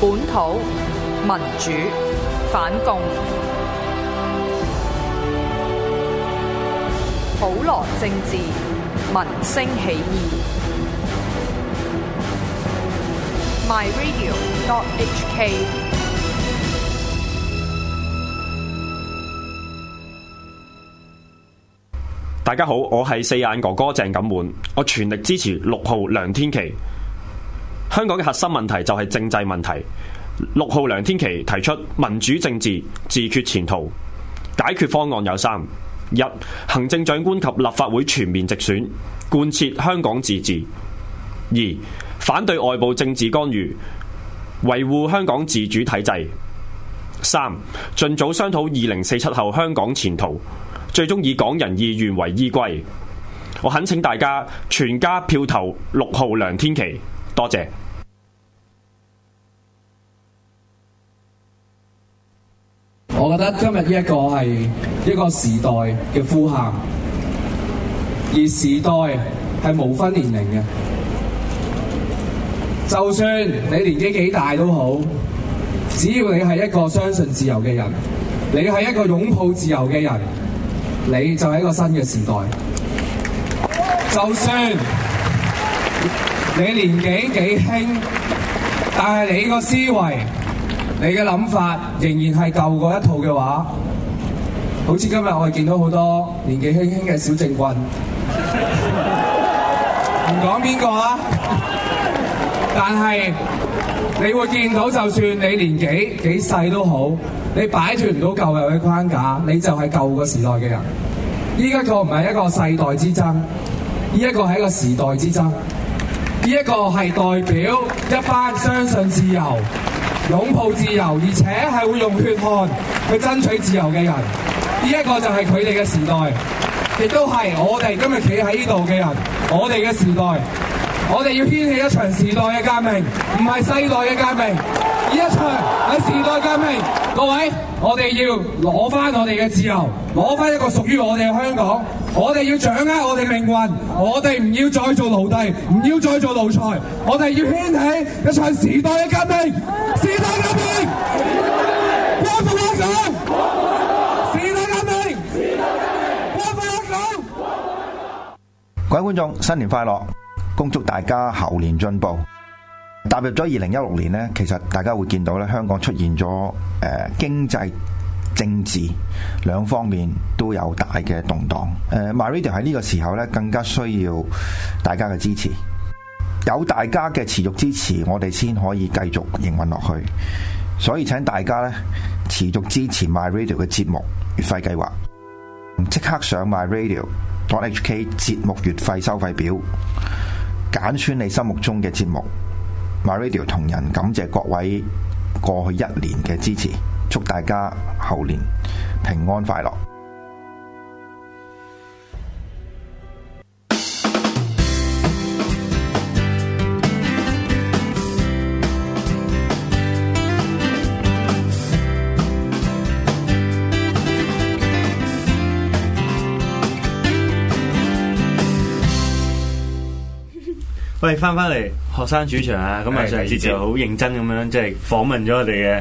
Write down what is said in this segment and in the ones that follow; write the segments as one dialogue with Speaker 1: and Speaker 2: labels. Speaker 1: 本土民主反共普羅政治民聲起義 myradio.hk
Speaker 2: 大家好，我係四眼哥哥鄭錦滿，我全力支持六號梁天琦。香港嘅核心問題就係政制問題。六號梁天琦提出民主政治自決前途，解決方案有三：一、行政長官及立法會全面直選，貫徹香港自治；二、反對外部政治干預，維護香港自主體制；三、盡早商討二零四七後香港前途，最終以港人意願為依歸。我懇請大家全家票投六號梁天琦，多謝。
Speaker 3: 我覺得今日呢一個係一個時代嘅呼喊，而時代係無分年齡嘅，就算你年紀幾大都好，只要你係一個相信自由嘅人，你係一個擁抱自由嘅人，你就係一個新嘅時代。就算你年紀幾輕，但係你個思維。你嘅諗法仍然係舊嗰一套嘅話，好似今日我哋見到好多年紀輕輕嘅小政棍， 唔講邊個啊？但係你會見到，就算你年紀幾細都好，你擺脱唔到舊有嘅框架，你就係舊個時代嘅人。呢一個唔係一個世代之爭，呢一個係一個時代之爭，呢一個係代表一班相信自由。擁抱自由，而且係會用血汗去爭取自由嘅人，呢一個就係佢哋嘅時代，亦都係我哋今日企喺呢度嘅人，我哋嘅時代，我哋要掀起一場時代嘅革命，唔係世代嘅革命，呢一場係時代革命。各位，我哋要攞翻我哋嘅自由，攞翻一個屬於我哋嘅香港，我哋要掌握我哋命運，我哋唔要再做奴隸，唔要再做奴才，我哋要掀起一場時代嘅革命。時代革命，光復香港！時代革命，光復香港！
Speaker 4: 各位觀眾，新年快樂！恭祝大家猴年進步。踏入咗二零一六年呢，其實大家會見到咧，香港出現咗誒、呃、經濟、政治兩方面都有大嘅動盪。誒、呃、MyRadio 喺呢個時候咧，更加需要大家嘅支持。有大家嘅持續支持，我哋先可以繼續營運落去。所以請大家咧持續支持 MyRadio 嘅節目月費計劃，即刻上 myradio.hk 節目月費收費表，揀選你心目中嘅節目。MyRadio 同人感謝各位過去一年嘅支持，祝大家猴年平安快樂。
Speaker 5: 喂，翻翻嚟學生主場啊！咁啊，
Speaker 6: 係
Speaker 5: 上次
Speaker 6: 第二節
Speaker 5: 就好認真咁樣，即係訪問咗我哋嘅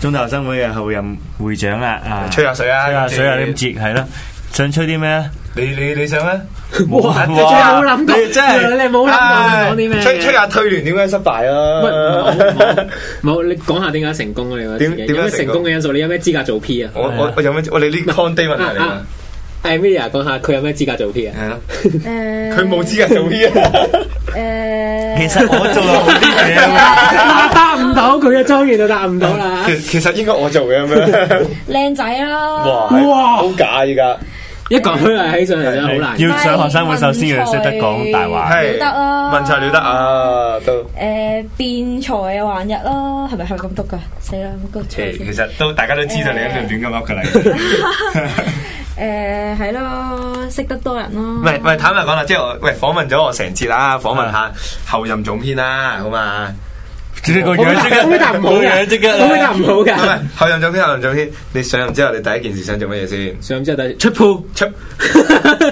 Speaker 5: 中大學生會嘅後任會長啦。啊，
Speaker 6: 吹下水啊
Speaker 5: 吹下水啊！
Speaker 6: 今
Speaker 5: 咁
Speaker 6: 次
Speaker 5: 節係啦，想吹啲咩 啊？
Speaker 6: 你你你想啊咩？
Speaker 5: 哇
Speaker 7: 你真係冇諗到，
Speaker 5: 你真係
Speaker 7: 你冇諗到你講啲咩？
Speaker 6: 吹吹下退聯點解失敗
Speaker 7: 喂
Speaker 6: 啊？
Speaker 7: 冇冇冇，你講下點解成功啊？你覺得自己
Speaker 6: 點
Speaker 7: 有
Speaker 6: 點
Speaker 7: 咩
Speaker 6: 解
Speaker 7: 成
Speaker 6: 成功
Speaker 7: 功嘅因素？你有咩資格做 P 啊？
Speaker 6: 我我我有咩？我哋 呢 con day 問
Speaker 7: 啊
Speaker 6: 題嚟㗎
Speaker 7: 啊，，Emilia 講下佢有咩資格做 P 啊？
Speaker 6: 係咯，
Speaker 8: 诶，
Speaker 6: 佢冇資格做呢 啊！
Speaker 8: 诶，
Speaker 5: 其實我做 咗好啲嘢，
Speaker 7: 答唔到佢嘅周然就答唔到啦。
Speaker 6: 其其實應該我做嘅咁樣。
Speaker 8: 靓仔啦，
Speaker 6: 哇！
Speaker 7: 哇
Speaker 6: 好假依家，
Speaker 7: 一講虛偽起上嚟真係好難。
Speaker 5: 要上學生會首先要識得講大話。
Speaker 6: 係
Speaker 8: 了得啊
Speaker 6: 問晒了得啊，都
Speaker 8: 诶，辩才嘅還日啦，係咪係咪咁讀噶？死啦，咁個錯
Speaker 6: 其
Speaker 8: 字。
Speaker 6: 實都大家都知道你喺度亂咁噏㗎啦。
Speaker 8: 诶，係咯，識得多人咯。
Speaker 6: 唔係唔係，坦白講啦，即係我喂訪問咗我成節啦，訪問下後任總編啦，好嘛？
Speaker 5: 你個樣即刻，
Speaker 7: 會答唔好
Speaker 5: 個樣即刻
Speaker 7: 嘅，會答唔好
Speaker 6: 唔係
Speaker 7: 嘅。
Speaker 6: 後任總編，後任總編，你上任之後，你第一件事想做乜嘢先？
Speaker 7: 上之後第出鋪，
Speaker 6: 出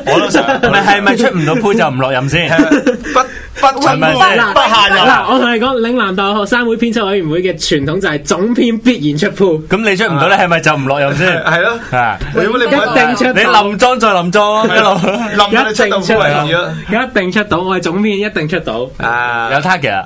Speaker 6: 我都想，
Speaker 5: 咪係咪出唔到鋪就唔落任先？
Speaker 6: 係咪不不循
Speaker 5: 咪
Speaker 6: 環
Speaker 5: 先
Speaker 6: 不下游。
Speaker 7: 嗱，我同你講，嶺南大學學生會編輯委員會嘅傳統就係總編必然出鋪，
Speaker 5: 咁你出唔到咧，係咪就唔落任先？
Speaker 6: 係咯，
Speaker 5: 啊！
Speaker 6: 你你
Speaker 7: 一定出
Speaker 5: 你
Speaker 7: 到，
Speaker 5: 冧裝再冧裝一路
Speaker 6: 冧咗你出到枯為止咯。
Speaker 7: 一定出到，我係總編一定出到，
Speaker 6: 啊，
Speaker 5: 有 target 啊！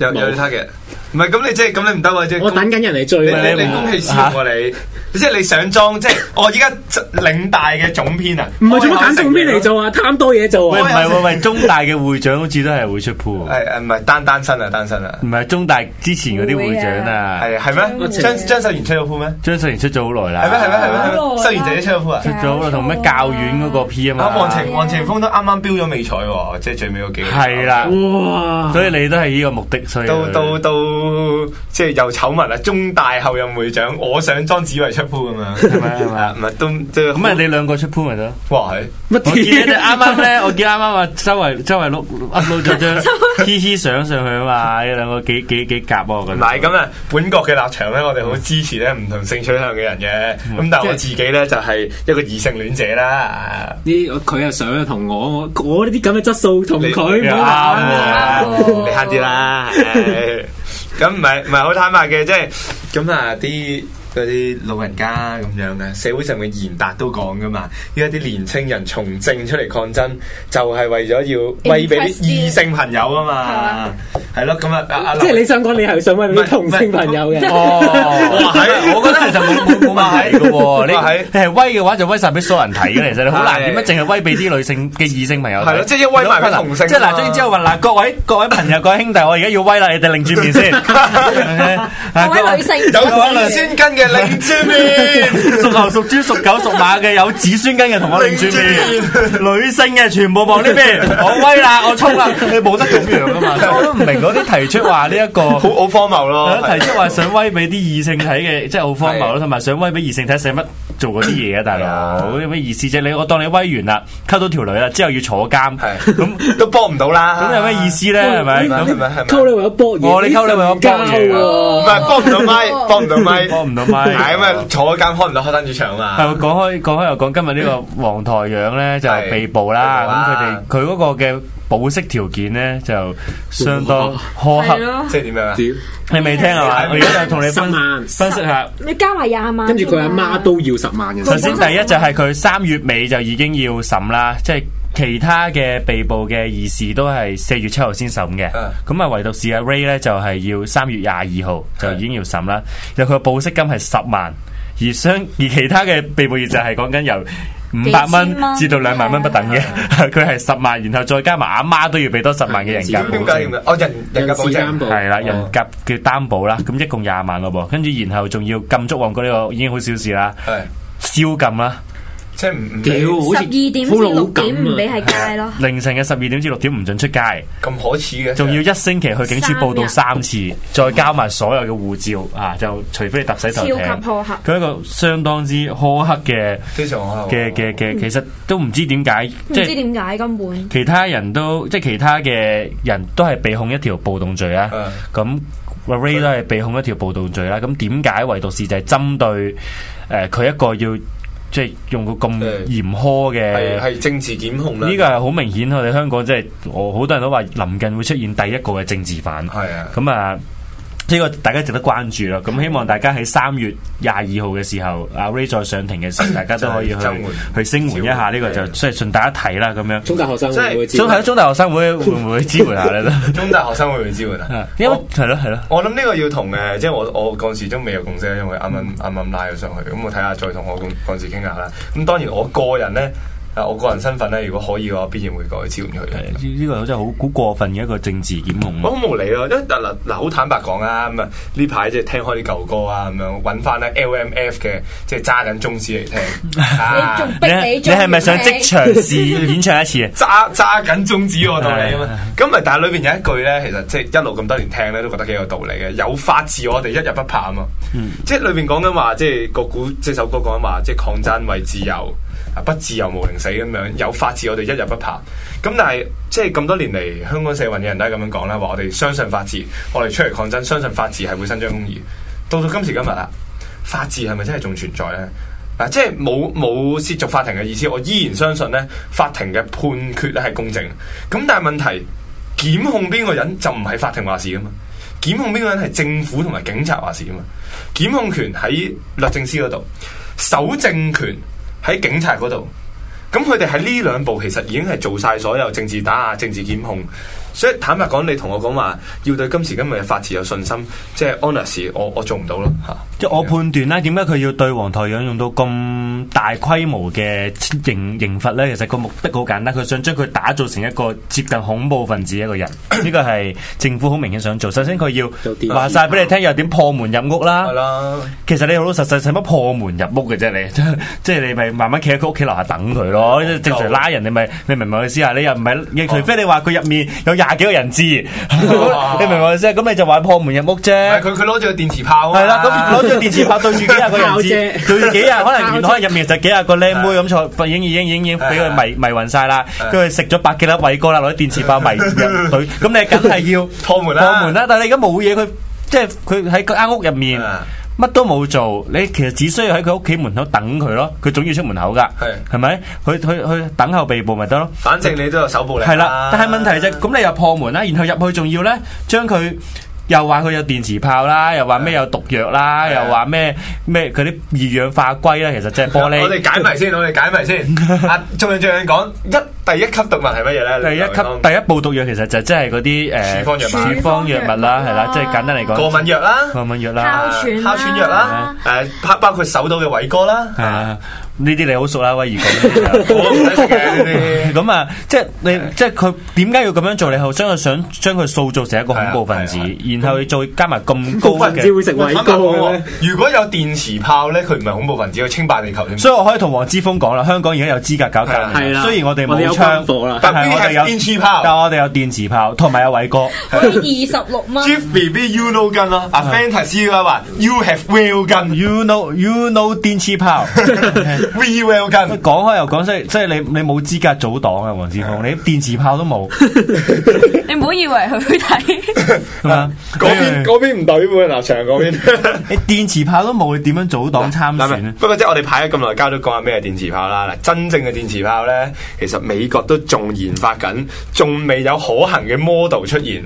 Speaker 6: 有有 target。唔係咁你即係咁你唔得喎，即係
Speaker 7: 我等緊人嚟追
Speaker 6: 你
Speaker 7: 我
Speaker 6: 你你
Speaker 7: 明唔明啊
Speaker 6: 公器私用喎你，即係你上裝即係我依家領大嘅總編啊，哦
Speaker 7: 唔係做乜揀總編嚟？做啊？貪多嘢做
Speaker 5: 喂，唔
Speaker 7: 啊！
Speaker 5: 係喎，喂，中大嘅會長好似都係會出 pool 喎，
Speaker 6: 係誒唔係單單身啊單身啊，
Speaker 5: 唔係中大之前嗰啲會長啊，
Speaker 6: 係係咩？張張秀賢出咗鋪咩？
Speaker 5: 張秀賢出咗好耐啦，
Speaker 6: 係咩係咩係咩？
Speaker 8: 好耐啦
Speaker 6: 秀賢姐姐出咗鋪啊？
Speaker 5: 出咗好耐，同咩教院嗰個 P 啊
Speaker 6: 啊，
Speaker 5: 嘛，
Speaker 6: 黃晴黃晴峰都啱啱標咗美彩喎，即係最尾嗰幾個
Speaker 5: 係。啦，
Speaker 6: 嗯
Speaker 7: 哇！
Speaker 5: 所以你都係呢個目的，所以
Speaker 6: 到到到，即係又醜聞啦！中大後任會長，我想莊子為出鋪咁樣，係
Speaker 5: 咪係咪
Speaker 6: 唔係都即係
Speaker 5: 咁啊，你兩個出 pool 咪得 咯。
Speaker 6: 哇係
Speaker 7: 乜
Speaker 5: 我見你
Speaker 7: 嘢
Speaker 5: 哋啱 啱咧，我見啱啱話周圍周圍碌 upload 咗 張 T T 相上去啊嘛，呢兩個幾幾幾夾喎，我覺
Speaker 6: 唔
Speaker 5: 得。
Speaker 6: 係咁啊？本國嘅立場咧，我哋好支持咧唔同性取向嘅人嘅。嗯咁但係我自己咧就係一個異性戀者啦。
Speaker 7: 呢佢又想同我，我我呢啲咁嘅質素同佢
Speaker 5: 你
Speaker 7: 唔好
Speaker 5: 啱
Speaker 7: 玩
Speaker 5: 喎
Speaker 6: 啊
Speaker 8: 啱
Speaker 6: 你
Speaker 8: 喎
Speaker 6: 慳啲啦。唉咁唔係唔係好坦白嘅，即係咁啊啲。嗰啲老人家咁樣嘅，社會上嘅賢達都講噶嘛，依家啲年青人從政出嚟抗爭，就係為咗要威俾啲
Speaker 8: Impress 啲
Speaker 6: 異性朋友啊嘛
Speaker 8: 嘛，
Speaker 6: 係咯，咁啊啊，啊
Speaker 7: 即係你想講你係想揾
Speaker 6: 唔係
Speaker 7: 啲同性朋友嘅，
Speaker 5: 哦，
Speaker 6: 係
Speaker 5: 我覺得其實冇冇冇問題嘅喎，
Speaker 6: 哇係
Speaker 5: 你你係威嘅話就威晒俾所有人睇嘅，其實你好難
Speaker 6: 係
Speaker 5: 點樣淨係威俾啲女性嘅異性朋友睇。
Speaker 6: 係咯即係一威埋俾同性啊
Speaker 5: 即係嗱，總然之後話嗱，各位各位朋友各位兄弟，我而家要威啦，你哋擰住 面先。啊
Speaker 8: 各
Speaker 5: 各
Speaker 8: 位女性，
Speaker 6: 有子孫根嘅領豬面，
Speaker 5: 屬牛、屬豬、屬狗、屬馬嘅有子孫根嘅同我擰住面，女性嘅全部望呢邊，我威啦，我衝啦，你冇得咁樣噶嘛，所以我都唔明嗰啲提出話呢一個。
Speaker 6: 好好荒謬咯，
Speaker 5: 提出話想威俾啲異性 睇嘅，即係好荒謬
Speaker 6: 係
Speaker 5: 咯，同埋想威俾異性睇，使乜做嗰啲嘢啊，大佬？有咩意思啫？你我當你威完啦，溝到條女啦，之後要坐監，
Speaker 6: 係
Speaker 5: 咁
Speaker 6: 都幫唔到啦。
Speaker 5: 咁有咩意？思咧？係咪？
Speaker 6: 係咪係
Speaker 5: 咁
Speaker 6: 咪係咪？
Speaker 7: 溝你為咗搏嘢，
Speaker 5: 我哋溝你為咗搏嘢
Speaker 6: 哦唔
Speaker 7: 搏
Speaker 6: 係幫唔到咪，幫唔到咪，
Speaker 5: 幫唔到 咪
Speaker 6: 係咁啊，坐監開唔到開燈主場嘛。
Speaker 5: 係講開講開又講今日呢個黃台仰咧就
Speaker 6: 係
Speaker 5: 被捕
Speaker 6: 被捕啦
Speaker 5: 啦，咁佢哋佢嗰個嘅保釋條件咧就相當苛
Speaker 8: 係
Speaker 5: 刻，
Speaker 8: 咯，
Speaker 6: 即係點樣啊？
Speaker 5: 你未聽係嘛？我而家就同你
Speaker 7: 十
Speaker 5: 分
Speaker 7: 萬，
Speaker 5: 分析下。
Speaker 8: 你加埋廿萬，
Speaker 7: 跟住佢阿媽都要十萬嘅。
Speaker 5: 首先第一就係佢三月尾就已經要審啦，即係其他嘅被捕嘅疑事都係四月七號先審嘅
Speaker 6: 嗯，
Speaker 5: 咁啊唯獨是阿 Ray 咧就係要三月廿二號就已經要審啦，有佢嘅保釋金係十萬，而相而其他嘅被捕疑就係講緊由。五百蚊
Speaker 8: 幾千蚊
Speaker 5: 至到兩萬蚊不等嘅， 佢係十萬，然後再加埋阿媽都要俾多十萬嘅人格
Speaker 7: 人
Speaker 5: 保
Speaker 6: 點
Speaker 7: 質
Speaker 5: 證
Speaker 6: 解點解？哦，人人格保證，
Speaker 5: 係啦，人夾嘅擔保啦，咁一共廿萬咯噃，跟住然後仲要禁足旺角呢個已經好小事啦，
Speaker 6: 係
Speaker 5: 宵禁啦，
Speaker 6: 即係唔唔
Speaker 7: 屌，
Speaker 6: 俾
Speaker 7: 好
Speaker 8: 十
Speaker 7: 似
Speaker 8: 二點至
Speaker 7: 俘
Speaker 8: 六
Speaker 7: 虜
Speaker 8: 點
Speaker 7: 咁
Speaker 8: 唔
Speaker 7: 啊
Speaker 8: 俾係街咯，
Speaker 5: 凌晨嘅十二點至六點唔准出街，
Speaker 6: 咁可恥嘅，
Speaker 5: 仲要一星期去警署報到三次，再交埋所有嘅護照啊，就除非你揼洗
Speaker 8: 超
Speaker 5: 頭
Speaker 8: 級
Speaker 5: 艇。
Speaker 8: 苛刻。
Speaker 5: 佢一個相當之苛刻嘅
Speaker 6: 非常可惡
Speaker 5: 嘅嘅嘅，其實都唔知點解，
Speaker 8: 嗯唔
Speaker 5: 即
Speaker 8: 知
Speaker 5: 係
Speaker 8: 點解根本
Speaker 5: 其他人都即係其他嘅人都係被控一條暴動罪啊。
Speaker 6: 嗯
Speaker 5: 咁 Ray 都係被控一條暴動罪啦。咁點解唯獨是就係針對誒佢一個要即係用個咁
Speaker 6: 誒
Speaker 5: 嚴苛
Speaker 6: 嗯係啊
Speaker 5: 嘅？
Speaker 6: 係政治檢控啦。
Speaker 5: 呢個係好明顯，我哋香港即係我好多人都話臨近會出現第一個嘅政治犯，
Speaker 6: 係啊，
Speaker 5: 咁啊。呢個大家值得關注啦，咁希望大家喺三月廿二號嘅時候，阿 Ray 再上庭嘅 時候，大家都可以
Speaker 6: 就係增援
Speaker 5: 去去聲援一下呢個就即係順帶一提啦，咁樣。
Speaker 7: 中大學生會唔會知？
Speaker 5: 中睇中大學生會會唔會支援 下你咧？
Speaker 6: 中大學生會唔會支援啊？
Speaker 5: 因為
Speaker 6: 我
Speaker 5: 係咯係咯，
Speaker 6: 我諗呢個要同誒，即係我我嗰陣時都未有共識，因為啱啱啱啱拉咗上去，咁我睇下再同我嗰嗰陣時傾下啦。咁當然我個人咧，啊我個人身份咧，如果可以嘅話，必然會改招唔佢。
Speaker 5: 呢個真係好好過分嘅一個政治檢控
Speaker 6: 我。好無理咯，因為嗱嗱嗱好坦白講啊，咁啊呢排即係聽開啲舊歌啊，咁樣揾翻咧 LMF 嘅，即係揸緊中指嚟聽，
Speaker 8: 你
Speaker 6: 啊
Speaker 8: 仲逼
Speaker 5: 你係你
Speaker 8: 中
Speaker 5: 係咪想即場 試演唱一次啊？
Speaker 6: 揸揸緊中指我道理啊嘛。咁咪但係裏邊有一句咧，其實即係一路咁多年聽咧，都覺得幾有道理嘅。有法治我哋一日不怕啊嘛。即係裏邊講緊話，即係個古即係首歌講緊話，即係抗爭為自由。啊！不自由無寧死咁樣，有法治我哋一日不怕。咁但係即係咁多年嚟，香港社運嘅人都係咁樣講啦，話我哋相信法治，我哋出嚟抗爭，相信法治係會伸張公義。到到今時今日啦，法治係咪真係仲存在呢？嗱，即係冇冇涉足法庭嘅意思，我依然相信咧，法庭嘅判決咧係公正。咁但係問題，檢控邊個人就唔係法庭話事噶嘛，檢控邊個人係政府同埋警察話事噶嘛，檢控權喺律政司嗰度，搜證權喺警察嗰度。咁佢哋喺呢兩步其實已經係做晒所有政治打壓、政治檢控，所以坦白講，你同我講話要對今時今日嘅法治有信心，即係 honest，我我做唔到咯嚇。
Speaker 5: 即係我判斷咧，點解佢要對黃台仰用到咁大規模嘅刑刑罰咧？其實個目的好簡單，佢想將佢打造成一個接近恐怖分子一個人。呢個係政府好明顯想做。首先佢
Speaker 7: 做電
Speaker 5: 要
Speaker 7: 視
Speaker 5: 話晒俾你聽，又點破門入屋啦
Speaker 6: 係。啦，
Speaker 5: 其實你好老實實，使乜破門入屋嘅啫？你 即係你咪慢慢企喺佢屋企樓下等佢咯。正常拉人，你咪你明唔明我意思啊？你又唔係，亦除非你話佢入面有廿幾個人質，你明唔明我意思啊？咁你就話破門入屋啫。
Speaker 6: 係佢佢攞住個電磁炮啊
Speaker 5: 係啦，咁攞住電視拍對住幾廿個人
Speaker 7: 炮
Speaker 5: 質，
Speaker 7: 啫
Speaker 5: 對住幾廿，可能原來入面就幾廿個靚妹咁坐，已經已經已經已經俾佢迷迷暈晒啦，跟住食咗百幾粒偉哥啦，攞啲電視炮迷 入隊，咁你梗係要
Speaker 6: 破門啦
Speaker 5: 破門啦，但係你而家冇嘢，佢即係佢喺間屋入面
Speaker 6: 啊。
Speaker 5: 乜都冇做，你其實只需要喺佢屋企門口等佢咯，佢總要出門口噶，
Speaker 6: 係
Speaker 5: 係咪？佢佢佢等候被捕咪得咯。
Speaker 6: 反正你都有手部力啊
Speaker 5: 係啦，但係問題就係咁你又破門啦，然後入去仲要咧將佢。又話佢有電磁炮啦，又話咩有毒藥啦，
Speaker 6: 係
Speaker 5: 又話咩咩嗰啲二氧化硅啦，其實即係玻
Speaker 6: 我
Speaker 5: 璃。
Speaker 6: 哋解埋先，我哋解埋 先。啊，仲有仲有講一第一級毒物係乜嘢咧？
Speaker 5: 第一級第一部毒藥其實就即係嗰
Speaker 6: 處
Speaker 5: 啲誒
Speaker 6: 方藥物
Speaker 5: 處方藥物
Speaker 8: 處
Speaker 5: 啦，
Speaker 8: 方藥物啦
Speaker 5: 係啦，即係簡單嚟講
Speaker 6: 過敏藥啦，
Speaker 5: 過敏藥啦，
Speaker 8: 哮喘啦
Speaker 6: 哮喘藥啦，誒包包括手到嘅偉哥啦，
Speaker 5: 係啊，呢啲你好熟啦，威爾講。
Speaker 6: 我唔使食嘅呢
Speaker 5: 咁啊，即係你，即係佢點解要咁樣做？你係將佢想將佢塑造成一個恐怖分子，
Speaker 6: 係啊
Speaker 5: 然後你再加埋咁高
Speaker 7: 唔知
Speaker 5: 嘅，
Speaker 7: 會食
Speaker 6: 啲。坦
Speaker 7: 偉
Speaker 6: 白
Speaker 7: 哥啊
Speaker 6: 講
Speaker 7: 嘅
Speaker 6: 喎
Speaker 7: 咩？，
Speaker 6: 啊如果有電磁炮咧，佢唔係恐怖分子，佢稱霸地球 添。
Speaker 5: 所以我可以同黃之峰講啦，香港而家有資格搞革命。
Speaker 7: 係啦
Speaker 5: 雖然我哋
Speaker 7: 我哋
Speaker 5: 冇
Speaker 7: 有
Speaker 5: 槍
Speaker 7: 軍火啦
Speaker 5: 但係我哋有
Speaker 6: 特別係電磁炮
Speaker 5: 但我哋有電磁炮，同埋有偉哥。
Speaker 8: 可以二十六蚊，
Speaker 6: Chief B B you know gun 咯，阿 Fantasy 嘅話 you have well gun，we
Speaker 5: You know, you know 電磁炮。
Speaker 6: well gun。
Speaker 5: 講開又講，即係即係你你冇資格組黨啊，黃之峰，你電磁炮都冇，
Speaker 1: 你唔好以為佢會睇，
Speaker 5: 係嘛？
Speaker 6: 嗰邊唔代表本人立場，嗰 邊。
Speaker 5: 你你電磁炮都冇，你點樣組黨參選咧？
Speaker 6: 不過即係我哋排咗咁耐交都講下咩係電磁炮啦。嗱，真正嘅電磁炮咧，其實美國都仲研發緊，仲未有可行嘅 model 出現，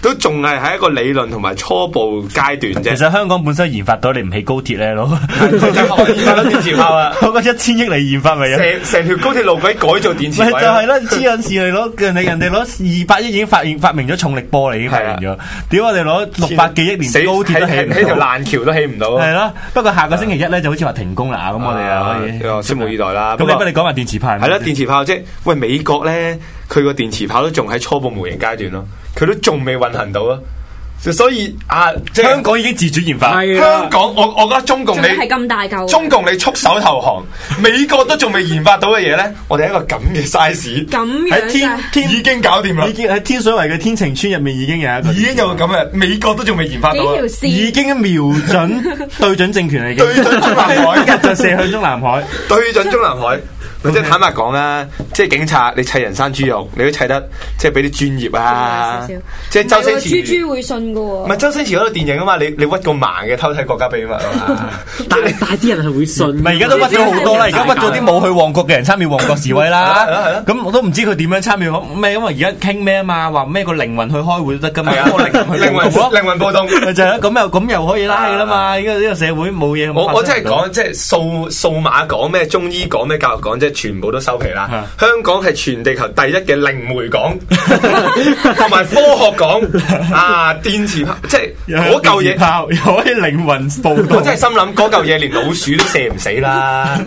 Speaker 6: 都仲係喺一個理論同埋初步階段
Speaker 5: 其
Speaker 6: 啫。
Speaker 5: 實香港本身研發到你唔起高鐵咧，佬。
Speaker 6: 就係可以發到電磁炮啦，
Speaker 5: 我覺一千億嚟研發咪有。
Speaker 6: 成成條高鐵路軌改做電磁啊
Speaker 5: 咪就
Speaker 6: 軌
Speaker 5: 啊
Speaker 6: 啦。
Speaker 5: 係咯，黐緊事嚟攞人哋人哋攞二百億已經發現發明咗重力波啦，已經發明咗。屌我哋攞六百幾億連
Speaker 6: 死
Speaker 5: 高鐵都起
Speaker 6: 喺
Speaker 5: 唔
Speaker 6: 喺喺條
Speaker 5: 到。
Speaker 6: 爛橋都起唔到。啊
Speaker 5: 係啦，不過下個星期一咧就好似話停工啦，咁我哋啊可以
Speaker 6: 啊拭目以待啦。
Speaker 5: 咁
Speaker 6: 不
Speaker 5: 你
Speaker 6: 過
Speaker 5: 不你講埋電磁炮
Speaker 6: 係啦，電磁炮即係喂美國咧，佢個電磁炮都仲喺初步模型階段咯，佢都仲未運行到咯，啊所以啊，即係
Speaker 5: 香港已經自主研發，
Speaker 7: 係
Speaker 6: 香
Speaker 7: 啊，
Speaker 6: 港，我我覺得中共
Speaker 8: 仲
Speaker 6: 你
Speaker 8: 要係咁大嚿，
Speaker 6: 中共你束手投降，美國都仲未研發到嘅嘢咧，我哋係一個咁嘅 size
Speaker 8: 咁
Speaker 5: 喺
Speaker 8: 樣
Speaker 5: 天
Speaker 8: 咋？
Speaker 5: 天
Speaker 6: 已經搞掂啦
Speaker 5: 已，經喺天水圍嘅天晴村入面已經有一個
Speaker 6: 已經有個咁嘅，美國都仲未研發
Speaker 8: 幾
Speaker 6: 到啊
Speaker 8: 條，
Speaker 5: 已
Speaker 8: 線？
Speaker 5: 經瞄準對準政權嚟
Speaker 6: 對
Speaker 5: 嘅，
Speaker 6: 準中南海
Speaker 5: 一日就射向中南海。
Speaker 6: 對準中南海。即係坦白講啦，即係警察你砌人生豬肉，你都砌得即係俾啲專業啊
Speaker 8: 少少，
Speaker 6: 即係周星
Speaker 8: 唔係喎豬
Speaker 6: 馳。
Speaker 8: 豬會信噶
Speaker 6: 唔
Speaker 8: 喎
Speaker 6: 係，周星馳嗰套電影啊嘛，你你屈個盲嘅偷睇國家秘密啊嘛，
Speaker 7: 但係但係啲人係會信㗎。
Speaker 5: 唔係而家都屈咗好多啦，而家屈咗啲冇去旺角嘅人參與旺角示威
Speaker 6: 係咯係
Speaker 5: 啦。咁我都唔知佢點樣參與，咩因為而家傾咩啊嘛，話咩個靈魂去開會都得噶嘛，
Speaker 6: 係啊
Speaker 5: 咁我靈魂
Speaker 6: 靈魂
Speaker 5: 去暴動咯，
Speaker 6: 靈魂暴動。
Speaker 5: 咪就係咯咁又咁又可以拉噶啦嘛。依家呢個社會冇嘢，
Speaker 6: 我我真係講，即係數數碼講咩中醫講咩教育講，即係全部都收皮啦。
Speaker 5: 啊
Speaker 6: 香港係全地球第一嘅靈媒 講，同埋科學講啊，電磁炮，即係
Speaker 5: 有
Speaker 6: 嗰嚿
Speaker 5: 電
Speaker 6: 嘢
Speaker 5: 磁。炮又可以靈魂暴動，
Speaker 6: 我真係心諗嗰嚿嘢連老鼠都射唔死 啦，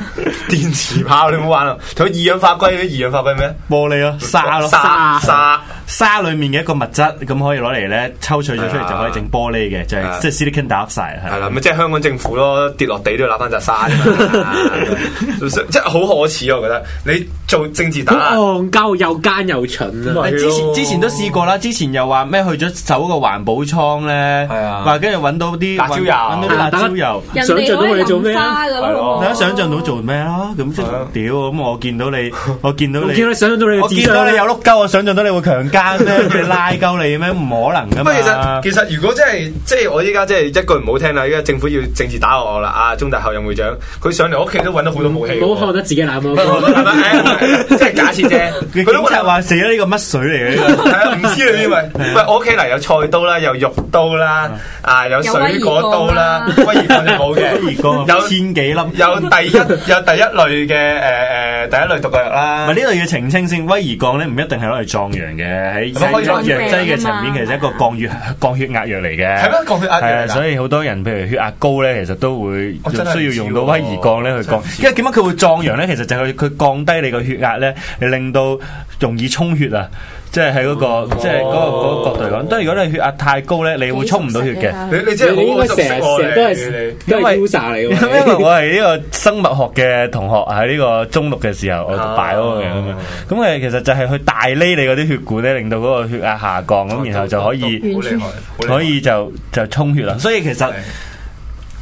Speaker 6: 電磁炮你唔好玩啦，同埋二氧化硅嗰啲二氧化硅咩？
Speaker 5: 玻璃咯沙咯
Speaker 6: 沙
Speaker 7: 沙
Speaker 6: 沙
Speaker 5: 沙裡面嘅一個物質，咁可以攞嚟咧抽取咗出嚟就可以整玻璃嘅，就係即係 silicon dioxide
Speaker 6: 係
Speaker 5: 係啊
Speaker 6: 啦，咪即係香港政府咯，跌落地都要揦翻扎沙啫嘛，即係好可恥，我覺得你做政治打壓
Speaker 7: 好戇鳩，又奸又蠢啊！
Speaker 6: 係
Speaker 5: 之前
Speaker 6: 咯
Speaker 5: 之前都試過啦，之前又話咩去咗走個環保倉咧，
Speaker 6: 係啊
Speaker 5: 話跟住揾到啲
Speaker 6: 辣椒油
Speaker 5: 揾到啲辣椒油。
Speaker 8: 人哋攞嚟淋花
Speaker 6: 係咯
Speaker 8: 噶
Speaker 5: 大家想象到做咩啦？ 咁即係屌咁，我見到你，我見到
Speaker 7: 我
Speaker 5: 你，
Speaker 7: 見到你想象到你嘅
Speaker 5: 我
Speaker 7: 智
Speaker 5: 見
Speaker 7: 商
Speaker 5: 到你有碌鳩，我想象到你會強間咧，佢哋拉鳩你咩？唔可能
Speaker 6: 不
Speaker 5: 噶嘛。
Speaker 6: 過其
Speaker 5: 啊
Speaker 6: 實其實如果真係即係我依家即係一句唔好聽啦，依家政府要政治打壓我啦啊！中大校任會長佢上嚟我屋企都揾到好多武器喎，
Speaker 7: 唔好看得自己啊那麼
Speaker 6: 唔係
Speaker 7: 高
Speaker 6: 我。都諗緊哎即係假設啫，
Speaker 5: 佢
Speaker 6: 佢都
Speaker 5: 警
Speaker 6: 揾
Speaker 5: 察
Speaker 6: 話。
Speaker 5: 話死啦！呢個乜水嚟嘅？呢個
Speaker 6: 係啊，唔知啊，因為喂，我屋企嚟有菜刀啦，有肉刀啦，啊，有水果刀啦，
Speaker 8: 有
Speaker 6: 威爾鋼就 冇嘅，
Speaker 5: 而個
Speaker 6: 有
Speaker 5: 千幾粒。
Speaker 6: 有第一有第一類嘅誒誒第一類毒藥
Speaker 5: 唔
Speaker 6: 啦
Speaker 5: 係，呢度要澄清先，威而降咧唔一定係攞嚟壯陽嘅，喺
Speaker 6: 係咪可以
Speaker 5: 藥
Speaker 6: 壯啊
Speaker 5: 劑嘅
Speaker 8: 陽
Speaker 5: 層面，
Speaker 8: 㗎嘛
Speaker 5: 其實一個降 血降血壓藥嚟嘅。
Speaker 6: 係咩降血壓藥嚟㗎
Speaker 5: 係啊，所以好多人譬如血壓高咧，其實都會
Speaker 6: 我真係唔知
Speaker 5: 需要用到
Speaker 6: 喎
Speaker 5: 威而降咧去降
Speaker 6: 真係唔。知
Speaker 5: 因為點解佢會壯陽咧？其實就係佢佢降低你個血壓咧，令到容易充血啊！即係喺嗰
Speaker 6: 哦
Speaker 5: 個即係嗰個嗰個角度嚟講，當然如果你血壓太高咧，你會充唔到血嘅。
Speaker 6: 你你真係
Speaker 7: 你你
Speaker 6: 好好
Speaker 7: 應該
Speaker 6: 熟
Speaker 7: 成
Speaker 6: 悉
Speaker 7: 日成日都
Speaker 6: 喎，你
Speaker 7: 係
Speaker 6: 你
Speaker 7: 都
Speaker 5: 因
Speaker 7: 係
Speaker 5: 為
Speaker 7: user 嚟
Speaker 5: 因
Speaker 7: 嘅
Speaker 5: 為我係呢個生物學嘅同學，喺呢個中六嘅時候，我讀大嗰個嘅咁樣
Speaker 6: 哦。
Speaker 5: 咁誒，其實就係去大匿你嗰啲血管咧，令到嗰個血壓下降，咁然後哦就可以
Speaker 6: 好厲害，好
Speaker 5: 可
Speaker 6: 厲
Speaker 5: 以就就充血啦。所以其實
Speaker 6: 害。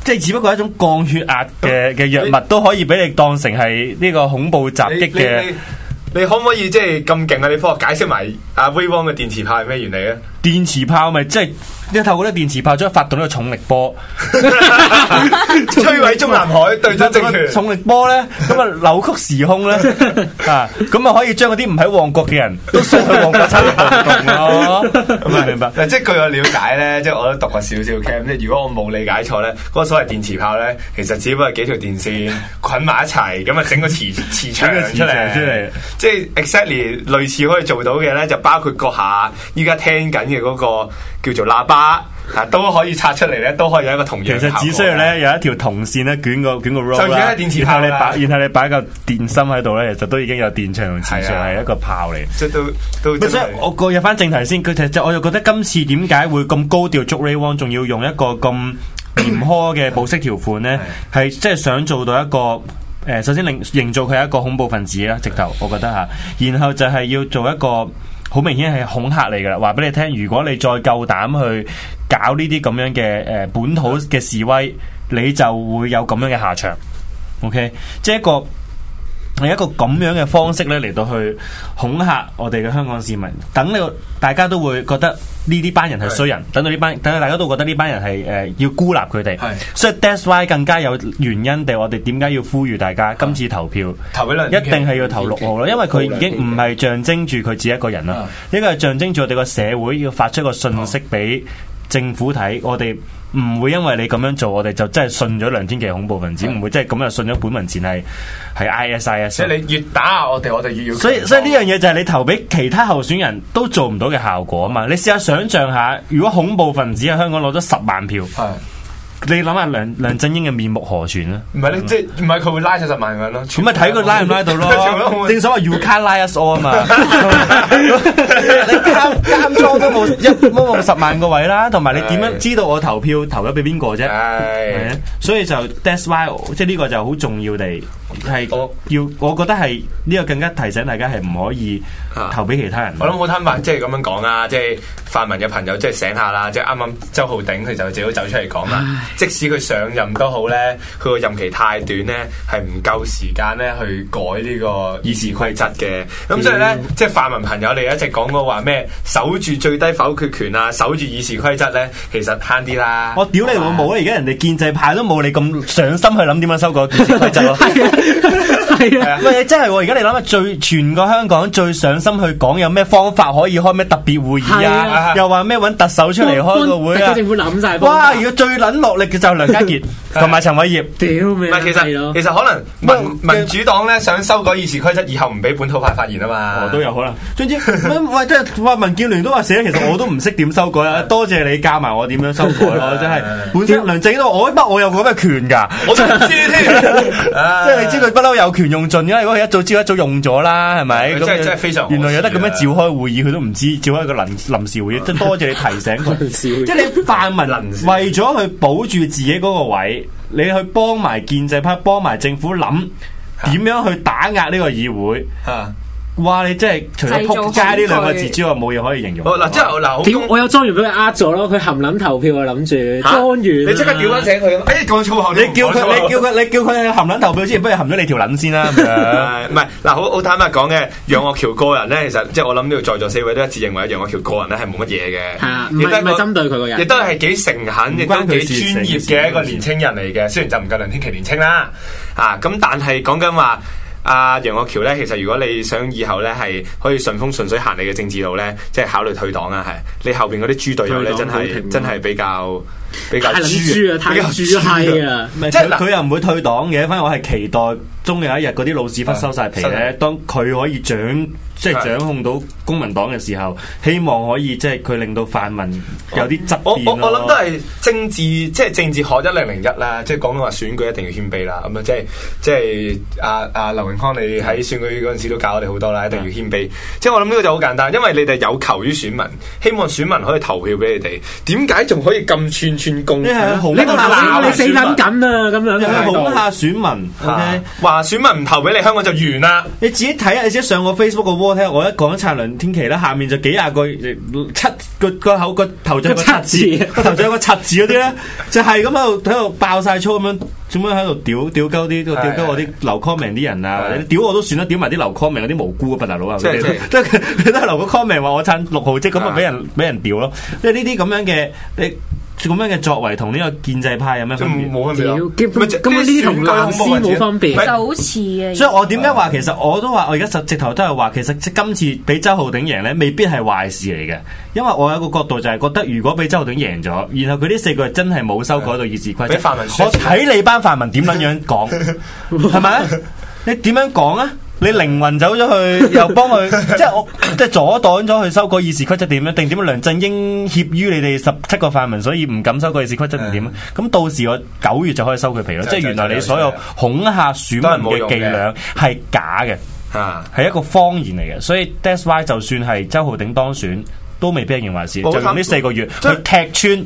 Speaker 5: 即係只不過係一種降血壓嘅嘅藥物，都可以啊俾你當成係呢個恐怖襲擊
Speaker 6: 你
Speaker 5: 嘅
Speaker 6: 你你你可唔可以即係咁勁啊？你幫我解釋埋阿 w a v o n 嘅電磁炮係咩原理咧？
Speaker 5: 電磁炮，咪即係你透過呢個電磁炮將發動呢個重力波。
Speaker 6: 摧毀中南海，對準政權。
Speaker 5: 重力波咧，咁啊扭曲時 空咧，啊，咁啊可以將嗰啲唔喺旺角嘅人都送去旺角參與活動咯，啊明唔明白？
Speaker 6: 嗱，即係據我了解咧，即係我都讀過少少 cam。即係如果我冇理解錯咧，嗰、個所謂電磁炮咧，其實只不過係幾條電線捆埋一齊，咁啊整個磁磁場
Speaker 5: 整個磁
Speaker 6: 出
Speaker 5: 場
Speaker 6: 嚟。
Speaker 5: 出嚟
Speaker 6: 即係 exactly 類似可以做到嘅咧，就包括閣下依家聽緊嘅嗰個叫做喇叭啊，都可以拆出嚟咧，都可以有一個同
Speaker 5: 其
Speaker 6: 樣嘅效
Speaker 5: 實
Speaker 6: 果。
Speaker 5: 只需要咧有一條銅線咧捲個捲個 roll
Speaker 6: 啊就
Speaker 5: 啦，
Speaker 6: 而家電磁炮啦
Speaker 5: 然後你擺，然後你擺個電芯喺度咧，其實都已經有電場同磁
Speaker 6: 啊
Speaker 5: 場係一個炮嚟。
Speaker 6: 即係都都
Speaker 5: 咁所以我個入翻正題先，佢其實我就覺得今次點解會咁高調捉 Ray Wong，仲要用一個咁嚴苛嘅保釋條款咧，係即係想做到一個。誒，首先令營造佢係一個恐怖分子啦，直頭我覺得嚇，然後就係要做一個好明顯係恐嚇你噶啦，話俾你聽，如果你再夠膽去搞呢啲咁樣嘅誒、呃本土嘅示威，你就會有咁樣嘅下場。OK，即係一個。係一個咁樣嘅方式咧，嚟到去恐嚇我哋嘅香港市民，等你個大家都會覺得呢啲班人係衰人，等到呢班，等到大家都覺得呢班人係誒、呃要孤立佢哋
Speaker 6: 係，
Speaker 5: 所以 that's why 更加有原因地，我哋點解要呼籲大家今次投票
Speaker 6: 投俾梁
Speaker 5: 一
Speaker 6: 天琦
Speaker 5: 定係要投六號啦，因為佢已經唔係象徵住佢自己一個人
Speaker 6: 啊
Speaker 5: 啦，呢個係象徵住我哋個社會要發出一個信息俾政府睇，我哋。唔會因為你咁樣做，我哋就真係信咗梁天琦恐怖分子，唔會真係咁樣信咗本文前係係 ISIS。
Speaker 6: 即係你越打壓我哋，我哋越要。
Speaker 5: 所以所以呢樣嘢就係你投俾其他候選人都做唔到嘅效果啊嘛！你試下想象下，如果恐怖分子喺香港攞咗十萬票，
Speaker 6: 係
Speaker 5: 你諗下梁梁振英嘅面目何存啊？
Speaker 6: 唔係咧，即係唔係佢會拉晒十萬人咯？
Speaker 5: 咁咪睇佢拉唔拉到
Speaker 6: 全部都
Speaker 5: 咯
Speaker 6: 冇。
Speaker 5: 正所謂 you can't lie us all 啊嘛，你監監倉都冇一冇冇十萬個位啦，同埋你點樣知道我投票投咗俾邊個啫？係啊
Speaker 6: 唉，
Speaker 5: 所以就 that's why 即係呢個就好重要地係
Speaker 6: 我
Speaker 5: 要，我覺得係呢個更加提醒大家係唔可以
Speaker 6: 啊
Speaker 5: 投俾其他人。
Speaker 6: 我諗好坦白，即係咁樣講啦，即係泛民嘅朋友即係醒下啦，即係啱啱周浩鼎佢就自己走出嚟講啦，即使佢上任都好咧，佢個任期太短咧，係唔夠時間咧去改呢個議事規則嘅。咁
Speaker 5: 嗯
Speaker 6: 所以咧，即係泛民朋友你一直講過話咩守住最低否決權啊，守住議事規則咧，其實慳啲啦。
Speaker 5: 我屌你老母！而家人哋建制派都冇你咁上心去諗點樣修改建制規 則咯。
Speaker 7: 係啊，
Speaker 5: 喂，真係喎！而家你諗下，最全個香港最上心去講有咩方法可以開咩特別會議
Speaker 7: 係
Speaker 5: 啊
Speaker 7: 啊？
Speaker 5: 又話咩揾特首出嚟開個會
Speaker 7: 特
Speaker 5: 啊
Speaker 7: 區？政府諗晒方法
Speaker 5: 哇！而家最撚落力嘅就係梁家 傑同埋陳偉業。
Speaker 7: 屌咩
Speaker 6: 唔？係，其
Speaker 7: 係咯
Speaker 6: 實其實可能民
Speaker 5: 唔係
Speaker 6: 民主黨咧想修改議事規則，以後唔俾本土派發言啊嘛。
Speaker 7: 哦
Speaker 5: 我都有可能。總之，喂，即係話民建聯都話寫，其實我都唔識點修改啊！多謝你教埋我點樣修改咯，真係。本身梁振英都話我乜我有咁嘅權㗎。
Speaker 6: 我都唔 知 添，
Speaker 5: 即係你知佢不嬲有權用盡啦，如果佢一早知道一早用咗啦，係咪？
Speaker 6: 佢
Speaker 5: 咁
Speaker 6: 真係
Speaker 5: 就
Speaker 6: 真係非常可
Speaker 5: 原來有得
Speaker 6: 恥
Speaker 5: 咁樣
Speaker 6: 啊
Speaker 5: 召開會議，佢都唔知召開一個臨臨時會議，即係多謝你提醒 佢。
Speaker 7: 笑
Speaker 5: 即係你泛民
Speaker 6: 臨時
Speaker 5: 為咗去保住自己嗰個位，你去幫啊埋建制派、幫埋政府諗點樣去打壓呢個議會，
Speaker 6: 啊
Speaker 5: 哇！你真係除咗仆街呢兩個字之外，冇嘢可以形容。
Speaker 6: 哦嗱，即係嗱，好
Speaker 7: 屌
Speaker 6: 公
Speaker 7: 我有莊園俾佢呃咗咯，佢含撚投票啊，諗住莊園啊。
Speaker 6: 你即刻屌翻醒佢咁，哎講粗口，
Speaker 5: 你叫
Speaker 6: 講粗口
Speaker 5: 佢，你叫佢，你叫佢含撚投票之前，不如含咗你條撚先啦。咁樣
Speaker 6: 誒唔係嗱，好好坦白講嘅，楊岳橋個人咧，其實即係我諗呢度在座四位都一致認為楊岳橋個人咧係冇乜嘢嘅，
Speaker 7: 係啊唔係
Speaker 6: 亦都係一個
Speaker 7: 唔係針對佢個人
Speaker 6: 亦都係幾誠懇，亦
Speaker 5: 唔關
Speaker 6: 都
Speaker 5: 佢
Speaker 6: 幾
Speaker 5: 事
Speaker 6: 專業嘅一個年青人嚟嘅。雖然就唔夠梁天琦年青啦，啊咁，但係講緊話。阿楊岳橋咧，其實如果你想以後咧係可以順風順水行你嘅政治路咧，即係考慮退黨啊，係你後邊嗰啲豬隊友咧，
Speaker 7: 退
Speaker 6: 真
Speaker 7: 黨好
Speaker 6: 係
Speaker 7: 停
Speaker 6: 真係比較比較
Speaker 7: 太撚豬啊，太
Speaker 6: 比較
Speaker 7: 豬閪啊！
Speaker 5: 唔係
Speaker 6: 即係
Speaker 5: 佢
Speaker 6: 嗱
Speaker 5: 佢又唔會退黨嘅，反而我係期待終有一日嗰啲老屎忽收晒皮
Speaker 6: 收晒
Speaker 5: 咧，當佢可以掌即係
Speaker 6: 啊係
Speaker 5: 掌控到公民黨嘅時候，希望可以即係佢令到泛民有啲質
Speaker 6: 我
Speaker 5: 變
Speaker 6: 我
Speaker 5: 咯
Speaker 6: 我諗都係政治，即係政治學一零零一啦，即係講到話選舉一定要謙卑啦。咁啊，即係即係阿阿劉榮康，你喺選舉嗰陣時都教我哋好多
Speaker 7: 嗯
Speaker 6: 啦，一定要謙卑。即係我諗呢個就好簡單，因為你哋有求於選民，希望選民可以投票俾你哋。點解仲可以咁串串公？
Speaker 5: 因為佢好
Speaker 7: 你個
Speaker 5: 鬧
Speaker 7: 男
Speaker 5: 嘅
Speaker 7: 你死
Speaker 5: 選民
Speaker 7: 撚緊啊，咁樣
Speaker 5: 因為
Speaker 7: 嘅態度
Speaker 5: 好下選民
Speaker 6: 啊
Speaker 5: ，OK。
Speaker 6: 話選民唔投俾你，香港就完啦。
Speaker 5: 你自己睇下，你自己上我 Facebook 個 wall 睇下，我一講撐梁天琦啦，下面就幾廿個七個個口個頭像有個
Speaker 7: 七
Speaker 5: 七字
Speaker 7: 字，
Speaker 5: 個頭像有個七字嗰啲咧，就係咁喺度喺度爆晒粗咁樣，點樣喺度屌屌鳩啲屌鳩我啲留 comment 啲人啊，
Speaker 6: 係
Speaker 5: 或者屌我都算啦，屌埋啲留 comment 嗰啲無辜嘅笨大佬啊，
Speaker 6: 即係
Speaker 5: 佢
Speaker 6: 即係
Speaker 5: 哋都佢 都係留個 comment 話我撐六號即咁啊
Speaker 6: 係
Speaker 5: 俾人俾人屌咯，即係呢啲咁樣嘅你。咁樣嘅作為同呢個建制派有咩
Speaker 6: 即
Speaker 5: 分別？
Speaker 6: 冇分別咯
Speaker 7: 嗯屌
Speaker 6: 咪就
Speaker 7: 咁呢啲同藍絲冇分別
Speaker 6: 唔係
Speaker 8: 就好似
Speaker 9: 啊
Speaker 8: 嘅。
Speaker 5: 所以我點解話其實我都話我而家直直頭都係話其實即今次俾周浩鼎贏咧，未必係壞事嚟嘅，因為我有一個角度就係覺得如果俾周浩鼎贏咗，然後佢呢四個人真係冇修改到議事規
Speaker 6: 俾
Speaker 5: 則，
Speaker 6: 泛民輸
Speaker 5: 我睇你班泛民點撚樣 講，係咪啊？你點樣 講啊？你靈魂走咗去，又幫佢，即係我即係阻擋咗佢修改議事規則點樣？定點樣？梁振英協於你哋十七個泛民，所以唔敢修改議事規則定點啊？咁到時我九月就可以收佢皮咯。即係原來你所有恐嚇選民嘅伎倆係假嘅，
Speaker 6: 啊！
Speaker 5: 係一個謊言嚟嘅。所以 that's why 就算係周浩鼎當選，都未必係一件壞事。
Speaker 6: 冇
Speaker 5: 就用呢四個月
Speaker 6: 即係
Speaker 5: 去踢
Speaker 6: 啊
Speaker 5: 穿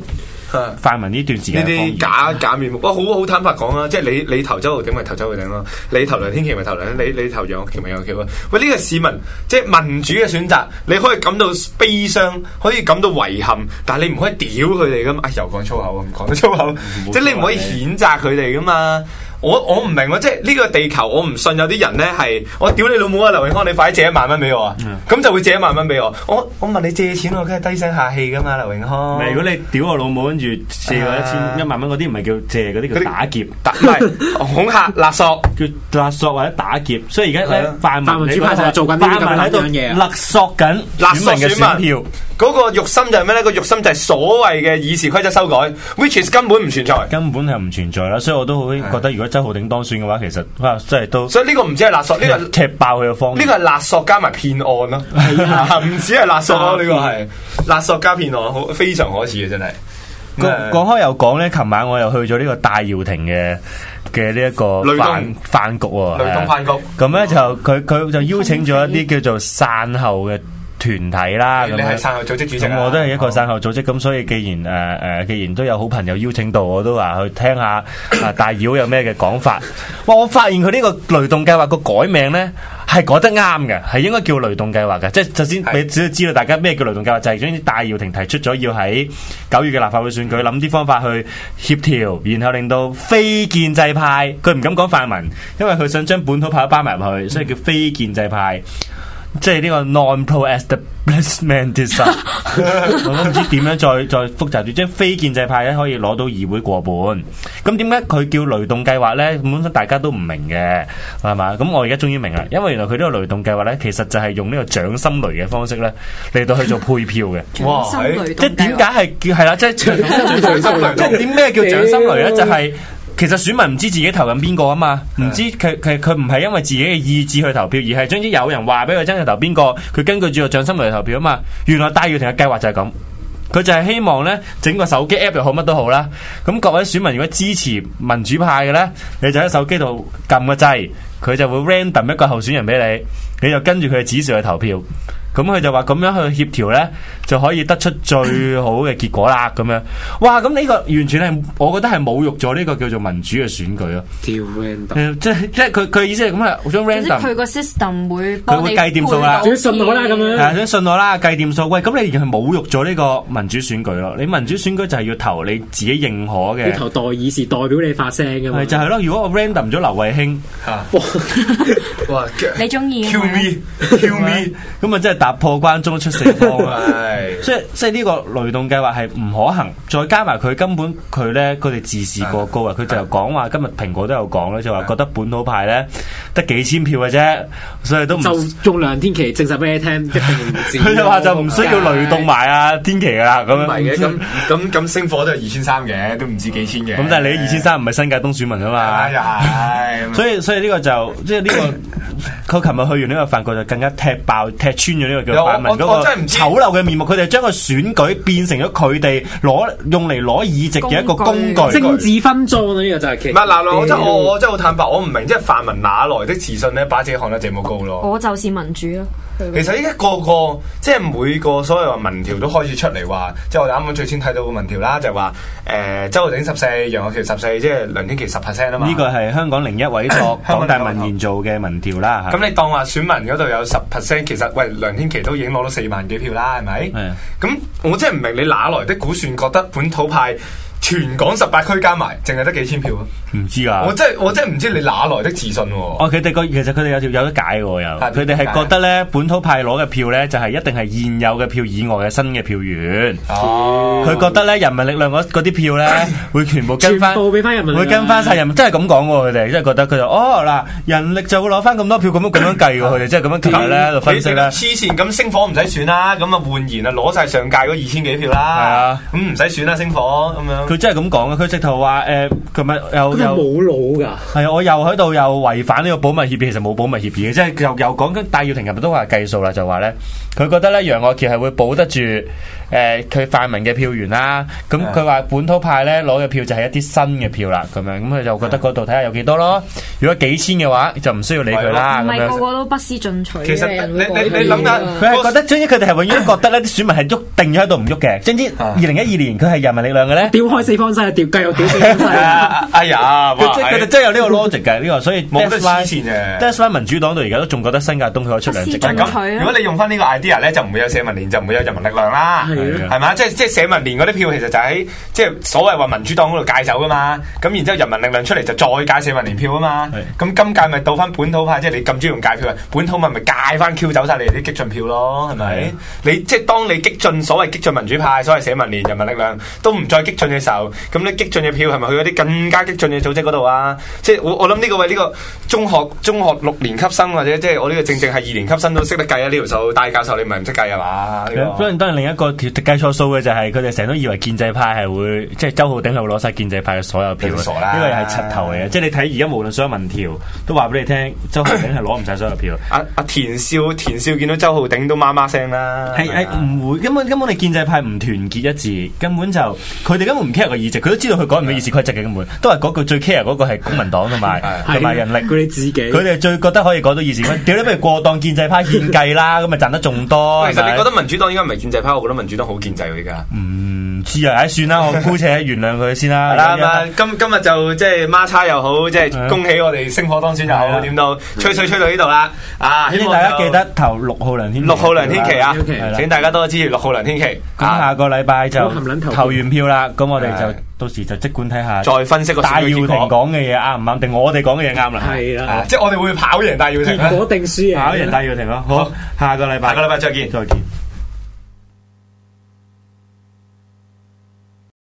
Speaker 5: 泛民呢段時
Speaker 6: 呢
Speaker 5: 間
Speaker 6: 啲
Speaker 5: 嘅謊言。
Speaker 6: 假假面目，哇！好好坦白講啊，即係你你投周浩鼎咪投周浩鼎咯，你投梁天琦咪投梁，你你投楊岳橋咪楊岳橋啊！喂，呢、個市民即係民主嘅選擇，你可以感到悲傷，可以感到遺憾，但係你唔可以屌佢哋噶嘛！哎，又講粗口啊，唔講得粗口，即係你唔可以譴責佢哋噶嘛！我我唔明喎，即係呢個地球，我唔信有啲人咧係我屌你老母啊！劉永康，你快啲借一萬蚊俾我啊！
Speaker 5: 嗯
Speaker 6: 咁、就會借一萬蚊俾我。我我問你借錢，我梗係低聲下氣噶嘛，劉永康。
Speaker 5: 如果你屌我老母，跟住借我一
Speaker 6: 啊
Speaker 5: 千一萬蚊嗰啲，唔係叫借，嗰啲
Speaker 6: 嗰啲
Speaker 5: 叫打劫。
Speaker 6: 打唔係恐嚇勒索。
Speaker 5: 叫勒索或者打劫，所以而家
Speaker 6: 係啊
Speaker 5: 咧泛
Speaker 7: 泛
Speaker 5: 民
Speaker 7: 民
Speaker 5: 你
Speaker 7: 主派就係做緊呢啲
Speaker 5: 泛民喺度
Speaker 7: 咁樣嘅嘢啊
Speaker 5: 勒索緊
Speaker 6: 勒索
Speaker 5: 選民嘅
Speaker 6: 選
Speaker 5: 選
Speaker 6: 民
Speaker 5: 票，
Speaker 6: 嗰個肉心就係咩咧？個肉心就係所謂嘅議事規則修改，which is 根本唔存在。
Speaker 5: 根本係唔存在啦。所以我都好覺得，如果周浩鼎當選嘅話，其實哇，真係都
Speaker 6: 所以呢個唔止係勒索，呢、個
Speaker 5: 踢踢爆佢嘅方。
Speaker 6: 呢個係勒索加埋騙案咯， 唔止係勒索咯，呢個係勒索加騙案，好非常可恥嘅啊真係。啊
Speaker 5: 講講開又講咧，琴晚我又去咗呢個戴耀廷嘅嘅呢一個
Speaker 6: 雷動
Speaker 5: 飯飯局喎，啊
Speaker 6: 雷動飯局
Speaker 5: 咁咧就佢佢就邀請咗一啲叫做散後嘅團體啦，咁
Speaker 6: 你係
Speaker 5: 樣
Speaker 6: 散後組織主席啊
Speaker 5: 咁我都係一個散後組織，咁所以既然誒誒、呃既然都有好朋友邀請到，我都話去聽下啊大妖有咩嘅講法。哇！我發現佢呢個雷動計劃個改名咧係改得啱嘅，係應該叫雷動計劃嘅。即係首先
Speaker 6: 係
Speaker 5: 你只要知道大家咩叫雷動計劃，就係總之戴耀廷提出咗要喺九月嘅立法會選舉諗啲方法去協調，然後令到非建制派佢唔敢講泛民，因為佢想將本土派包埋入去，所以叫非建制派。即係呢個 non-pro establishment design，我都唔知點樣再再複雜啲。即係非建制派咧可以攞到議會過半，咁點解佢叫雷動計劃咧？本身大家都唔明嘅，係嘛？咁我而家終於明啦，因為原來佢呢個雷動計劃咧，其實就係用呢個掌心雷嘅方式咧嚟到去做配票嘅。
Speaker 6: 哇
Speaker 1: 掌心雷
Speaker 5: 即
Speaker 1: 動
Speaker 5: 係點解
Speaker 1: 計劃
Speaker 5: 係叫係啦？即係掌
Speaker 6: 掌心雷
Speaker 5: 即係點咩叫掌心雷咧？就係、其實選民唔知自己投緊邊個啊嘛，唔知佢佢佢唔係因為自己嘅意志去投票，而係總之有人話俾佢真係投邊個，佢根據住個掌心雷投票啊嘛。原來戴耀廷嘅計劃就係咁。佢就係希望咧，整個手機 app 又好，乜都好啦。咁各位選民如果支持民主派嘅咧，你就喺手機度撳個掣，佢就會 random 一個候選人俾你，你就跟住佢嘅指示去投票。咁佢就話咁樣去協調咧，就可以得出最好嘅結果啦。咁樣，哇！咁呢個完全係我覺得係侮辱咗呢個叫做民主嘅選舉咯。
Speaker 7: 跳 random。
Speaker 5: 誒即係即 係佢佢意思係咁啊，將
Speaker 9: 總之
Speaker 5: random
Speaker 9: 佢個 system 會幫
Speaker 5: 佢會
Speaker 9: 你
Speaker 5: 計掂數
Speaker 9: 配
Speaker 5: 啦
Speaker 9: 到
Speaker 7: 仲要信我啦咁樣
Speaker 5: 係啊，想信我啦，計掂數。喂，咁你而家係侮辱咗呢個民主選舉咯？你民主選舉就係要投你自己認可嘅
Speaker 7: 呢。頭代議士代表你發聲噶嘛？
Speaker 5: 係就係咯，如果我 random 咗劉慧卿，
Speaker 6: 哎哇
Speaker 9: 你中意
Speaker 6: ，Q
Speaker 9: 啊嘛
Speaker 6: me，Q me，
Speaker 5: 咁啊真係突破關中出四方啊！
Speaker 6: 係
Speaker 5: 所以即係呢個雷動計劃係唔可行，再加埋佢根本佢咧，佢哋自視過高啊！佢就講話今日蘋果都有講咧，就話覺得本土派咧得幾千票嘅啫，所以都唔
Speaker 7: 就用梁天琦證實俾你 聽，一定唔知。啊
Speaker 5: 佢就話就唔需要雷動埋啊天琪噶啦咁
Speaker 6: 唔
Speaker 5: 樣。
Speaker 6: 係嘅，咁咁咁星火都係二千三嘅，都唔知幾千嘅。
Speaker 5: 咁但係你二千三唔係新界東選民啊嘛
Speaker 6: 哎。呀，係
Speaker 5: 所以所以呢個就即係呢個佢琴日去完呢個飯局就更加踢爆踢穿咗呢個叫泛民
Speaker 6: 我
Speaker 5: 嗰
Speaker 6: 我我
Speaker 5: 個
Speaker 6: 真係唔知
Speaker 5: 醜陋嘅面目，佢哋將個選舉變成咗佢哋攞用嚟攞議席嘅一個工
Speaker 9: 工
Speaker 5: 具。
Speaker 7: 政治分裝啊！呢個就係其
Speaker 6: 唔係嗱，嗱我真係我我真係好坦白，我唔明，即係泛民哪來的自信咧，把自己看得這麼高
Speaker 5: 哦
Speaker 6: 咯？
Speaker 9: 我就是民主咯。
Speaker 6: 其實依家個個即係每個所謂話民調都開始出嚟話，即係我哋啱啱最先睇到個民調啦，就係話誒周浩鼎十四，楊岳橋十四，即係梁天琦十 percent 啊嘛。
Speaker 5: 呢個係香港零一委 託
Speaker 6: 香港
Speaker 5: 港大
Speaker 6: 零一委託
Speaker 5: 民研做嘅民調啦，嚇
Speaker 6: 咁你當話選民嗰度有十 percent，其實喂梁天琦都已經攞到四萬幾票啦，係咪？
Speaker 5: 係啊
Speaker 6: 咁我真係唔明你哪來的估算，覺得本土派全港十八區加埋，淨係得幾千票啊？
Speaker 5: 唔知啊
Speaker 6: 我。真係我真係唔知你哪來的自信喎、
Speaker 5: 哦，佢哋個其實佢哋有條有得解嘅喎，又
Speaker 6: 啊
Speaker 5: 佢
Speaker 6: 點
Speaker 5: 哋係
Speaker 6: 解
Speaker 5: 覺得咧本土派攞嘅票咧就係一定係現有嘅票以外嘅新嘅票源。
Speaker 6: 哦
Speaker 5: 佢覺得咧人民力量嗰嗰啲 票咧會全部跟翻，
Speaker 7: 全部俾返人民力
Speaker 5: 會
Speaker 7: 量
Speaker 5: 跟翻晒人民，真係咁講喎佢哋，真係覺得佢就哦嗱，人力就會攞翻咁多票咁樣咁樣計喎佢哋，即係咁樣其實咧喺度分析
Speaker 6: 你
Speaker 5: 咧
Speaker 6: 哋。黐線咁星火唔使選啦，咁啊換言啊攞晒上屆嗰二千幾票
Speaker 5: 係
Speaker 6: 啦
Speaker 5: 啊，
Speaker 6: 咁唔使選啦星火咁樣。
Speaker 5: 佢真係咁講嘅，佢直頭話誒，琴日
Speaker 7: 咁
Speaker 5: 又
Speaker 7: 就
Speaker 5: 又
Speaker 7: 冇腦㗎。
Speaker 5: 係啊，我又喺度又違反呢個保密協議，其實冇保密協議嘅，即係又又講緊戴耀廷琴日都話計數啦，就話咧，佢覺得咧楊岳橋係會保得住誒佢泛民嘅票源啦，咁佢話本土派咧攞嘅票就係一啲新嘅票啦，咁樣咁佢就覺得嗰度睇下有幾多咯，如果幾千嘅話就唔需要理佢啦，
Speaker 9: 唔
Speaker 5: 咁
Speaker 9: 係個
Speaker 5: 樣。
Speaker 9: 個都不思進取
Speaker 6: 啊其實
Speaker 9: 嘅人
Speaker 6: 你
Speaker 9: 會
Speaker 6: 你
Speaker 9: 過去
Speaker 6: 你諗下
Speaker 9: 㗎嘛
Speaker 5: 佢係覺得，總之佢哋係永遠都覺得咧，啲選民係喐定咗喺度唔喐嘅。總之，二零一二年佢係人民力量嘅咧，
Speaker 7: 屌開四方西，啊屌繼續屌四方西。
Speaker 6: 啊哎呀，
Speaker 5: 佢真
Speaker 6: 哇
Speaker 5: 佢哋真係有呢個 logic 嘅呢個，所以
Speaker 6: 冇得
Speaker 5: that's why-
Speaker 6: 黐線嘅
Speaker 5: That's why 民主黨到而家都仲覺得新界東佢可以出兩席。
Speaker 9: 不思進取
Speaker 6: 咁如果你用翻呢個 idea 咧，就唔會有社民連，就唔會有人民力量啦，
Speaker 7: 係
Speaker 5: 啊
Speaker 6: 係嘛？即係即係社民連嗰啲票其實就喺即係所謂話民主黨嗰度戒走噶嘛，咁然之後人民力量出嚟就再戒社民連票啊嘛，咁今屆咪到翻本土派，即係你咁中意用戒票啊，本土咪咪戒翻 Q 走晒你哋啲激進票咯，係啊咪？你即係當你激進所謂激進民主派，所謂社民連、人民力量都唔再激進嘅時候，咁你激進嘅票係咪去嗰啲更加激進嘅組織嗰度啊？即係我我諗呢個位呢、個中學中學六年級生或者即係我呢個正正係二年級生都識得計啊！呢條數，戴教授你唔係唔識計啊嘛？呢個
Speaker 5: 當然，當然另一個計計錯數嘅就係佢哋成日都以為建制派係會，即係周浩鼎係會攞晒建制派嘅所有票
Speaker 6: 你
Speaker 5: 嘅，
Speaker 6: 都傻啦
Speaker 5: 呢個又係柒頭嚟嘅。即係你睇而家無論所有民調都話俾你聽，周浩鼎係攞唔晒所有票。
Speaker 6: 阿阿田少田少見到周浩鼎都媽媽聲啦，啊
Speaker 5: 係啊係唔會，根本根本你建制派唔團結一致，根本就佢哋根本唔 care 個議席，佢都知道佢改唔到議事規則嘅根本，都係嗰句最 care 嗰個 係公民黨同埋同埋人力
Speaker 7: 佢哋自己。
Speaker 5: 佢哋最覺得可以講到議事規，屌你不如過當建制派獻計啦，咁咪賺得仲多。
Speaker 6: 喂其實
Speaker 5: 係咪啊
Speaker 6: 你覺得民主黨應該唔係建制派，我覺得民主黨好建制喎而家。
Speaker 5: 嗯唔知啊？唉，算啦，我姑且原諒佢先啦。
Speaker 6: 係啦，咁啊，今今日就即係孖叉又好，即
Speaker 5: 係啊
Speaker 6: 係恭喜我哋星火當選又
Speaker 5: 係啊
Speaker 6: 好，點到吹水吹到呢度啦，啊，希
Speaker 5: 希
Speaker 6: 望
Speaker 5: 望大家記
Speaker 6: 就
Speaker 5: 得投六號梁天
Speaker 6: 六號梁天琦啊
Speaker 7: 梁天，
Speaker 5: 琦
Speaker 6: 請大家多支持六號梁天琦，
Speaker 5: 咁下
Speaker 6: 啊，
Speaker 5: 個禮拜就
Speaker 7: 我含撚投票
Speaker 5: 投完票啦，咁我哋
Speaker 6: 係
Speaker 5: 就到時就即管睇下
Speaker 6: 再分析個
Speaker 5: 戴
Speaker 6: 選
Speaker 5: 耀
Speaker 6: 舉
Speaker 5: 廷
Speaker 6: 結果，
Speaker 5: 講嘅嘢啱唔啱，定我哋講嘅嘢啱啦。
Speaker 7: 係
Speaker 6: 啊
Speaker 7: 啦，
Speaker 6: 即係我哋會跑贏戴耀廷
Speaker 7: 結
Speaker 6: 啦，
Speaker 7: 果定輸
Speaker 5: 考
Speaker 7: 啊！
Speaker 5: 人戴耀廷咯，好，下個禮拜
Speaker 6: 下個禮拜再見。
Speaker 5: 再見。